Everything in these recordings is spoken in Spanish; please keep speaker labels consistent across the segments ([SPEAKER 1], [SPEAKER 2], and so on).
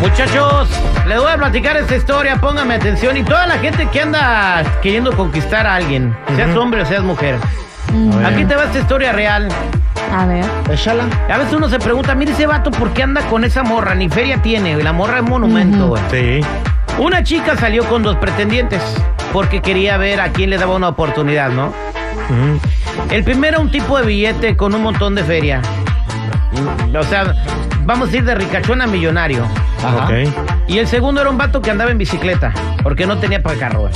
[SPEAKER 1] Muchachos, les voy a platicar esta historia, pónganme atención. Y toda la gente que anda queriendo conquistar a alguien, seas hombre o seas mujer. Aquí te va esta historia real.
[SPEAKER 2] A ver.
[SPEAKER 3] Échala.
[SPEAKER 1] A veces uno se pregunta, mire ese vato, ¿por qué anda con esa morra? Ni feria tiene, güey. La morra es monumento, güey.
[SPEAKER 3] Sí.
[SPEAKER 1] Una chica salió con dos pretendientes porque quería ver a quién le daba una oportunidad, ¿no? El primero un tipo de billete con un montón de feria. Mm, O sea, vamos a ir de ricachón a millonario.
[SPEAKER 3] Ajá.
[SPEAKER 1] Y el segundo era un vato que andaba en bicicleta, porque no tenía para carro. güey.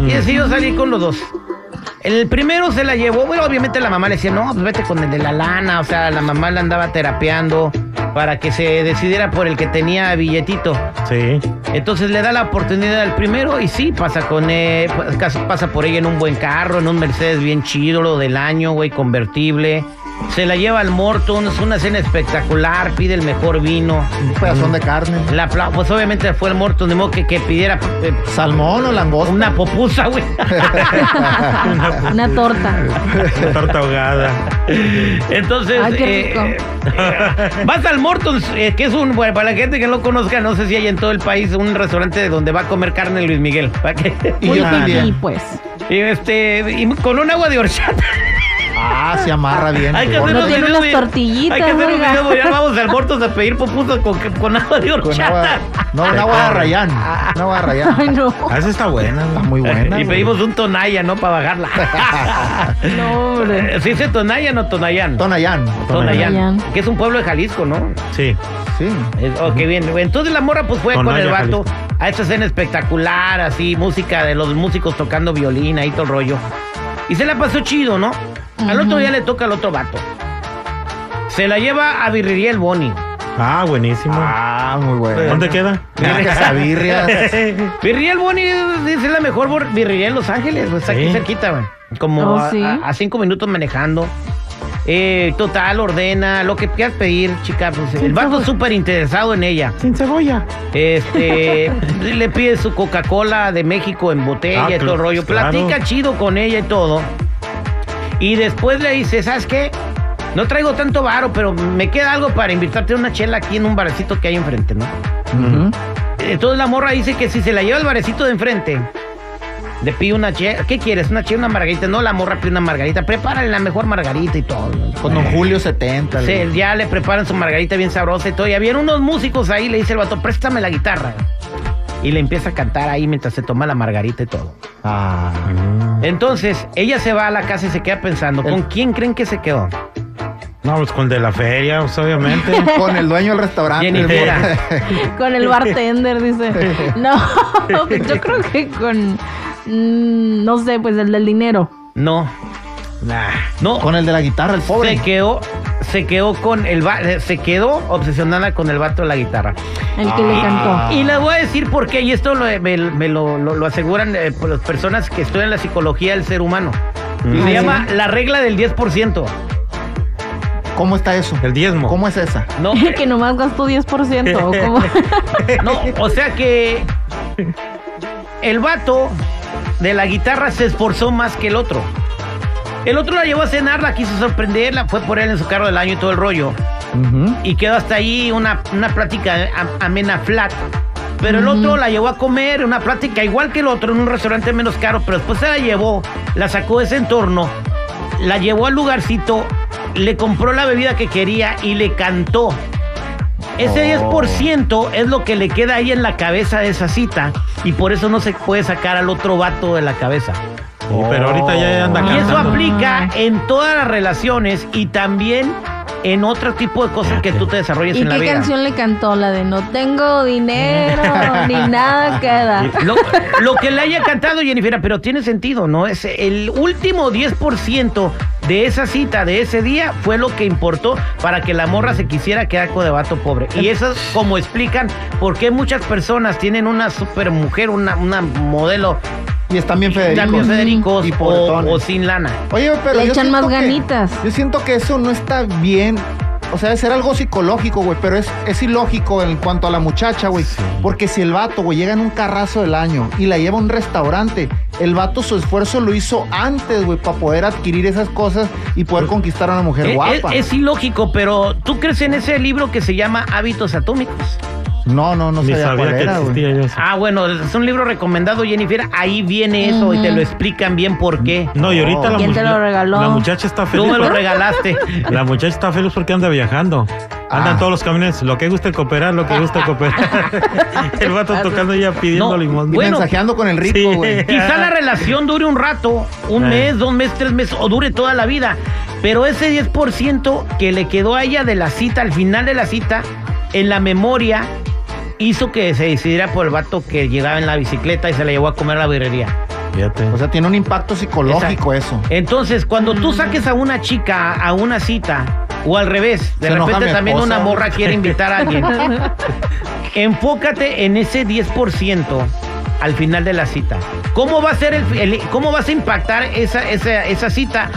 [SPEAKER 1] Y decidió salir con los dos. El primero se la llevó, bueno, obviamente la mamá le decía, no, pues vete con el de la lana, o sea, la mamá la andaba terapeando para que se decidiera por el que tenía billetito.
[SPEAKER 3] Sí.
[SPEAKER 1] Entonces le da la oportunidad al primero y sí, pasa con él, pasa- pasa por ella en un buen carro, en un Mercedes bien chido, lo del año, güey, convertible. Se la lleva al Morton, es una escena espectacular, pide el mejor vino.
[SPEAKER 3] Un pedazón de carne.
[SPEAKER 1] La, pla- pues obviamente fue el Morton, de modo que, que pidiera eh,
[SPEAKER 3] Salmón o langosta.
[SPEAKER 1] una popusa, güey.
[SPEAKER 2] Ah, Una torta.
[SPEAKER 4] Tarta ahogada.
[SPEAKER 1] Entonces,
[SPEAKER 2] Ay, qué rico.
[SPEAKER 1] eh, eh, vas al Morton, eh, que es un, bueno, para la gente que no conozca, no sé si hay en todo el país un restaurante donde va a comer carne Luis Miguel. ¿Para qué?
[SPEAKER 3] Y
[SPEAKER 2] Muy
[SPEAKER 3] yo
[SPEAKER 2] y
[SPEAKER 3] también.
[SPEAKER 2] pues.
[SPEAKER 1] Y este, y con un agua de horchata.
[SPEAKER 3] Ah, se amarra bien.
[SPEAKER 1] Hay que hacer
[SPEAKER 3] gordo.
[SPEAKER 2] No
[SPEAKER 1] un
[SPEAKER 2] tiene
[SPEAKER 1] video
[SPEAKER 2] unas
[SPEAKER 1] de-
[SPEAKER 2] tortillitas,
[SPEAKER 1] Hay que hacer un
[SPEAKER 2] oiga.
[SPEAKER 1] video de ya vamos al Mortos a pedir pupusas con, con agua de
[SPEAKER 3] Con
[SPEAKER 1] horchata.
[SPEAKER 3] agua. No, un
[SPEAKER 4] Te
[SPEAKER 3] agua de
[SPEAKER 4] corre.
[SPEAKER 3] Rayán. Un agua de Rayán.
[SPEAKER 2] Ay, no.
[SPEAKER 4] Ah, esa está buena.
[SPEAKER 3] Está
[SPEAKER 4] güey.
[SPEAKER 3] muy buena.
[SPEAKER 1] y
[SPEAKER 3] güey.
[SPEAKER 1] pedimos un tonaya, ¿no? Para bajarla.
[SPEAKER 2] No, hombre.
[SPEAKER 1] ¿Se dice tonaya o tonayán?
[SPEAKER 3] Tonayán.
[SPEAKER 1] Tonayán.
[SPEAKER 2] Tonayán.
[SPEAKER 1] Que es un pueblo de Jalisco, ¿no?
[SPEAKER 4] Sí.
[SPEAKER 3] Sí.
[SPEAKER 1] Es- ok, bien. Entonces la morra pues fue con
[SPEAKER 4] Tonaya,
[SPEAKER 1] el vato
[SPEAKER 4] Jalisco.
[SPEAKER 1] a esta escena espectacular, así, música de los músicos tocando violín, ahí todo el rollo. Y se la pasó chido, ¿no? Al otro día le toca al otro vato. Se la lleva a Birrería el Boni.
[SPEAKER 4] Ah, buenísimo.
[SPEAKER 3] Ah, muy bueno.
[SPEAKER 4] ¿Dónde queda?
[SPEAKER 3] Unas quesabirrias.
[SPEAKER 1] Birria el Boni es es la mejor bor- birrería en Los Ángeles, pues, aquí
[SPEAKER 4] Sí.
[SPEAKER 1] cerquita, güey. Como
[SPEAKER 2] Oh,
[SPEAKER 1] a,
[SPEAKER 2] sí.
[SPEAKER 1] a- a cinco minutos manejando. Eh, total, ordena, lo que quieras pedir, chica. pues, el vato es súper interesado en ella.
[SPEAKER 4] Sin cebolla.
[SPEAKER 1] Este, le pide su Coca-Cola de México en botella
[SPEAKER 4] Ah,
[SPEAKER 1] y todo el
[SPEAKER 4] cl-
[SPEAKER 1] rollo.
[SPEAKER 4] claro.
[SPEAKER 1] Platica chido con ella y todo. Y después le dice, ¿sabes qué? No traigo tanto varo, pero me queda algo para invitarte a una chela aquí en un barecito que hay enfrente, ¿no?
[SPEAKER 3] Ujú.
[SPEAKER 1] Eh, Entonces la morra dice que si se la lleva al barecito de enfrente, le pide una chela. ¿Qué quieres? ¿Una chela, una margarita? No, la morra pide una margarita. Prepárale la mejor margarita y todo.
[SPEAKER 3] Con Don Julio 70.
[SPEAKER 1] Eh. Sí,
[SPEAKER 3] güey.
[SPEAKER 1] ya le preparan su margarita bien sabrosa y todo. Y habían unos músicos ahí, le dice el vato, préstame la guitarra. Y le empieza a cantar ahí mientras se toma la margarita y todo.
[SPEAKER 3] Ah.
[SPEAKER 1] Entonces, ella se va a la casa y se queda pensando, ¿con
[SPEAKER 3] El-
[SPEAKER 1] quién creen que se quedó?
[SPEAKER 4] No, pues con el de la feria, pues, obviamente.
[SPEAKER 3] Con el dueño del restaurante.
[SPEAKER 1] Jenny
[SPEAKER 3] güey.
[SPEAKER 1] Mora.
[SPEAKER 2] Con el bartender, dice. No, yo creo que con. mm, No sé, pues el del dinero.
[SPEAKER 1] No,
[SPEAKER 4] nah.
[SPEAKER 1] no,
[SPEAKER 3] Con el de la guitarra, el
[SPEAKER 1] se
[SPEAKER 3] pobre.
[SPEAKER 1] quedó, se quedó con el va- eh, se quedó obsesionada con el vato de la guitarra.
[SPEAKER 2] El que le cantó.
[SPEAKER 1] Y les voy a decir por qué, y esto lo- me, me lo, lo- lo aseguran eh, por las personas que estudian la psicología del ser humano.
[SPEAKER 4] Mm.
[SPEAKER 1] Se
[SPEAKER 2] Ay.
[SPEAKER 1] llama la regla del 10%.
[SPEAKER 3] ¿Cómo está eso?
[SPEAKER 4] El diezmo.
[SPEAKER 3] ¿Cómo es esa?
[SPEAKER 1] No,
[SPEAKER 2] que nomás gastó 10% o como.
[SPEAKER 1] No, o sea que el vato de la guitarra se esforzó más que el otro. El otro la llevó a cenar, la quiso sorprender, la fue por él en su carro del año y todo el rollo.
[SPEAKER 3] Ujú.
[SPEAKER 1] Y quedó hasta ahí una, una plática eh, am- amena flat. Pero el otro la llevó a comer, una plática igual que el otro, en un restaurante menos caro, pero después se la llevó, la sacó de ese entorno, la llevó al lugarcito, le compró la bebida que quería y le cantó. Ese
[SPEAKER 3] Oh.
[SPEAKER 1] 10% es lo que le queda ahí en la cabeza de esa cita y por eso no se puede sacar al otro vato de la cabeza.
[SPEAKER 4] Sí, pero ahorita ya anda
[SPEAKER 1] Oh. Y eso
[SPEAKER 4] cantando.
[SPEAKER 1] aplica en todas las relaciones y también en otro tipo de cosas que tú te desarrolles
[SPEAKER 2] ¿Y
[SPEAKER 1] en la
[SPEAKER 2] qué
[SPEAKER 1] vida.
[SPEAKER 2] canción le cantó? La de No tengo dinero, ni nada queda.
[SPEAKER 1] Lo, lo que le haya cantado Jennifer, pero tiene sentido, ¿no? Es el último 10% de esa cita, de ese día, fue lo que importó para que la morra se quisiera quedar con de vato pobre. Y eso es como explican por qué muchas personas tienen una super mujer, una, una modelo,
[SPEAKER 3] Y están bien Federico.
[SPEAKER 1] también Federico,
[SPEAKER 3] Y
[SPEAKER 1] o,
[SPEAKER 3] pobretones.
[SPEAKER 1] o sin lana.
[SPEAKER 3] Oye, pero.
[SPEAKER 2] Le
[SPEAKER 3] yo
[SPEAKER 2] echan
[SPEAKER 3] siento
[SPEAKER 2] más
[SPEAKER 3] que-
[SPEAKER 2] ganitas.
[SPEAKER 3] yo siento que eso no está bien. O sea, debe ser algo psicológico, güey, pero es, es ilógico en cuanto a la muchacha, güey. Porque si el vato, güey, llega en un carrazo del año y la lleva a un restaurante, el vato su esfuerzo lo hizo antes, güey, para poder adquirir esas cosas y poder conquistar a una
[SPEAKER 4] Eh,
[SPEAKER 3] mujer
[SPEAKER 1] Eh, Es,
[SPEAKER 3] guapa.
[SPEAKER 1] es- es ilógico, pero tú crees en ese libro que se llama Hábitos Atómicos.
[SPEAKER 3] No, no, no
[SPEAKER 4] Ni
[SPEAKER 3] sabía, cuál
[SPEAKER 4] sabía que
[SPEAKER 3] era, güey.
[SPEAKER 4] existía yo eso.
[SPEAKER 1] Ah, bueno, es un libro recomendado, Jennifer. Ahí viene eso y te lo explican bien por qué.
[SPEAKER 4] No, y ahorita
[SPEAKER 3] Oh.
[SPEAKER 4] la,
[SPEAKER 2] ¿Quién te
[SPEAKER 4] mu-
[SPEAKER 2] lo regaló?
[SPEAKER 4] la muchacha está feliz.
[SPEAKER 1] Tú me lo
[SPEAKER 4] por-
[SPEAKER 1] regalaste.
[SPEAKER 4] La muchacha está feliz porque anda viajando. Andan
[SPEAKER 3] Ah.
[SPEAKER 4] todos los camiones. Lo que gusta cooperar, lo que gusta cooperar. el vato tocando ya pidiendo
[SPEAKER 1] No,
[SPEAKER 4] limón.
[SPEAKER 1] güey. Bueno.
[SPEAKER 3] Mensajeando con el rico,
[SPEAKER 4] Sí.
[SPEAKER 3] güey.
[SPEAKER 1] Quizá la relación dure un rato, un
[SPEAKER 4] Eh.
[SPEAKER 1] mes, dos meses, tres meses, o dure toda la vida. Pero ese 10% que le quedó a ella de la cita, al final de la cita, en la memoria, hizo que se decidiera por el vato que llegaba en la bicicleta y se la llevó a comer a la birrería.
[SPEAKER 4] Fíjate.
[SPEAKER 3] O sea, tiene un impacto psicológico eso.
[SPEAKER 1] Entonces, cuando tú saques a una chica a una cita, o al revés, de
[SPEAKER 3] Se enoja
[SPEAKER 1] repente
[SPEAKER 3] mi
[SPEAKER 1] también
[SPEAKER 3] esposa.
[SPEAKER 1] una morra quiere invitar a alguien, enfócate en ese 10% al final de la cita. ¿Cómo va a ser el, fi- el- cómo vas a impactar esa, esa, esa cita?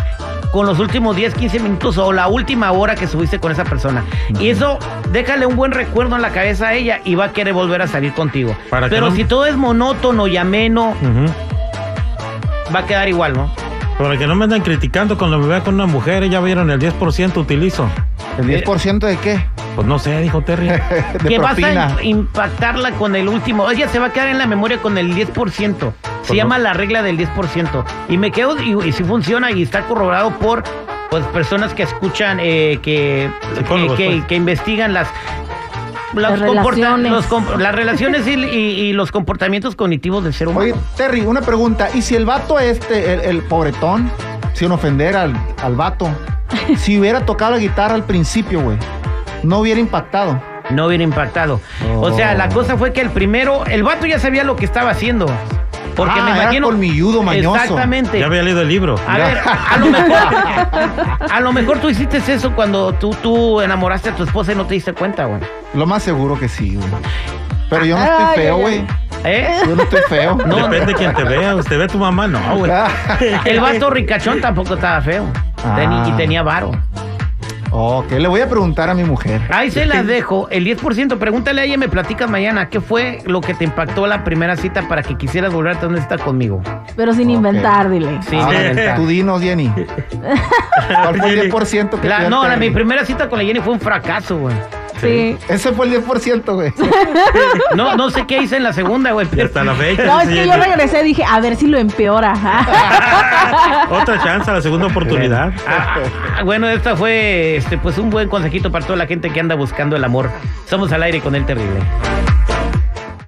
[SPEAKER 1] con los últimos 10, 15 minutos o la última hora que subiste con esa persona. Y eso, déjale un buen recuerdo en la cabeza a ella y va a querer volver a salir contigo.
[SPEAKER 4] Para que
[SPEAKER 1] Pero
[SPEAKER 4] no-
[SPEAKER 1] si todo es monótono y ameno,
[SPEAKER 4] Ujú.
[SPEAKER 1] va a quedar igual, ¿no?
[SPEAKER 4] Para que no me andan criticando cuando me vea con una mujer, ya vieron el 10% utilizo.
[SPEAKER 3] ¿El 10% de qué?
[SPEAKER 4] Pues no sé, dijo Terry.
[SPEAKER 3] De
[SPEAKER 1] que vas
[SPEAKER 3] propina.
[SPEAKER 1] a im- impactarla con el último. Ella se va a quedar en la memoria con el 10%. Se
[SPEAKER 3] Pues
[SPEAKER 4] no.
[SPEAKER 1] llama la regla del 10%. Y me quedo, y, si funciona, y está corroborado por pues personas que escuchan, eh, que, que,
[SPEAKER 4] Psicólogos,
[SPEAKER 1] que-
[SPEAKER 4] pues.
[SPEAKER 1] que investigan las.
[SPEAKER 2] Las
[SPEAKER 1] comporta-
[SPEAKER 2] relaciones.
[SPEAKER 1] los com- las relaciones y, y- y los comportamientos cognitivos del ser humano.
[SPEAKER 3] Oye, Terry, una pregunta. ¿Y si el vato este, el, el pobretón, sin ofender al, al vato, si hubiera tocado la guitarra al principio, güey, no hubiera impactado?
[SPEAKER 1] No hubiera impactado. O sea, la cosa fue que el primero, el vato ya sabía lo que estaba haciendo. Porque
[SPEAKER 3] Ah,
[SPEAKER 1] me
[SPEAKER 3] era
[SPEAKER 1] imagino.
[SPEAKER 3] colmilludo, mañoso.
[SPEAKER 1] Exactamente.
[SPEAKER 4] Ya había leído el libro.
[SPEAKER 1] A ver, a lo mejor. A lo mejor tú hiciste eso cuando tú, tú enamoraste a tu esposa y no te diste cuenta, güey.
[SPEAKER 3] Lo más seguro que sí, güey. Pero yo no estoy
[SPEAKER 2] Ay,
[SPEAKER 3] feo,
[SPEAKER 2] ay,
[SPEAKER 3] güey.
[SPEAKER 1] ¿Eh?
[SPEAKER 3] Yo no estoy feo.
[SPEAKER 4] Depende de quién te vea. Usted ve a tu mamá, no, güey.
[SPEAKER 1] El vato ricachón tampoco estaba feo. Teni-
[SPEAKER 3] Ah.
[SPEAKER 1] y tenía varo.
[SPEAKER 3] Ok, le voy a preguntar a mi mujer.
[SPEAKER 1] Ahí se las dejo. El 10%. Pregúntale a ella, me platicas mañana. ¿Qué fue lo que te impactó la primera cita para que quisieras volver a tener cita conmigo?
[SPEAKER 2] Pero sin
[SPEAKER 3] Ok.
[SPEAKER 2] inventar, dile.
[SPEAKER 1] Sí,
[SPEAKER 3] Ah,
[SPEAKER 1] la neta.
[SPEAKER 3] tú dinos, Jenny. ¿Cuál fue el 10% que te
[SPEAKER 1] La-
[SPEAKER 3] dio
[SPEAKER 1] no, la-
[SPEAKER 3] Terry?
[SPEAKER 1] mi primera cita con la Jenny fue un fracaso, güey.
[SPEAKER 2] Sí.
[SPEAKER 3] Ese fue el 10%, güey.
[SPEAKER 1] No, no sé qué hice en la segunda, güey.
[SPEAKER 4] Y
[SPEAKER 1] pero-
[SPEAKER 4] hasta la fecha.
[SPEAKER 2] No, es
[SPEAKER 4] dice
[SPEAKER 2] que yo
[SPEAKER 4] Jenny,
[SPEAKER 2] regresé y dije, a ver si lo empeora.
[SPEAKER 4] Otra chance, la segunda oportunidad.
[SPEAKER 1] Ah, ah, bueno, esta fue este, pues un buen consejito para toda la gente que anda buscando el amor. Somos al aire con el terrible.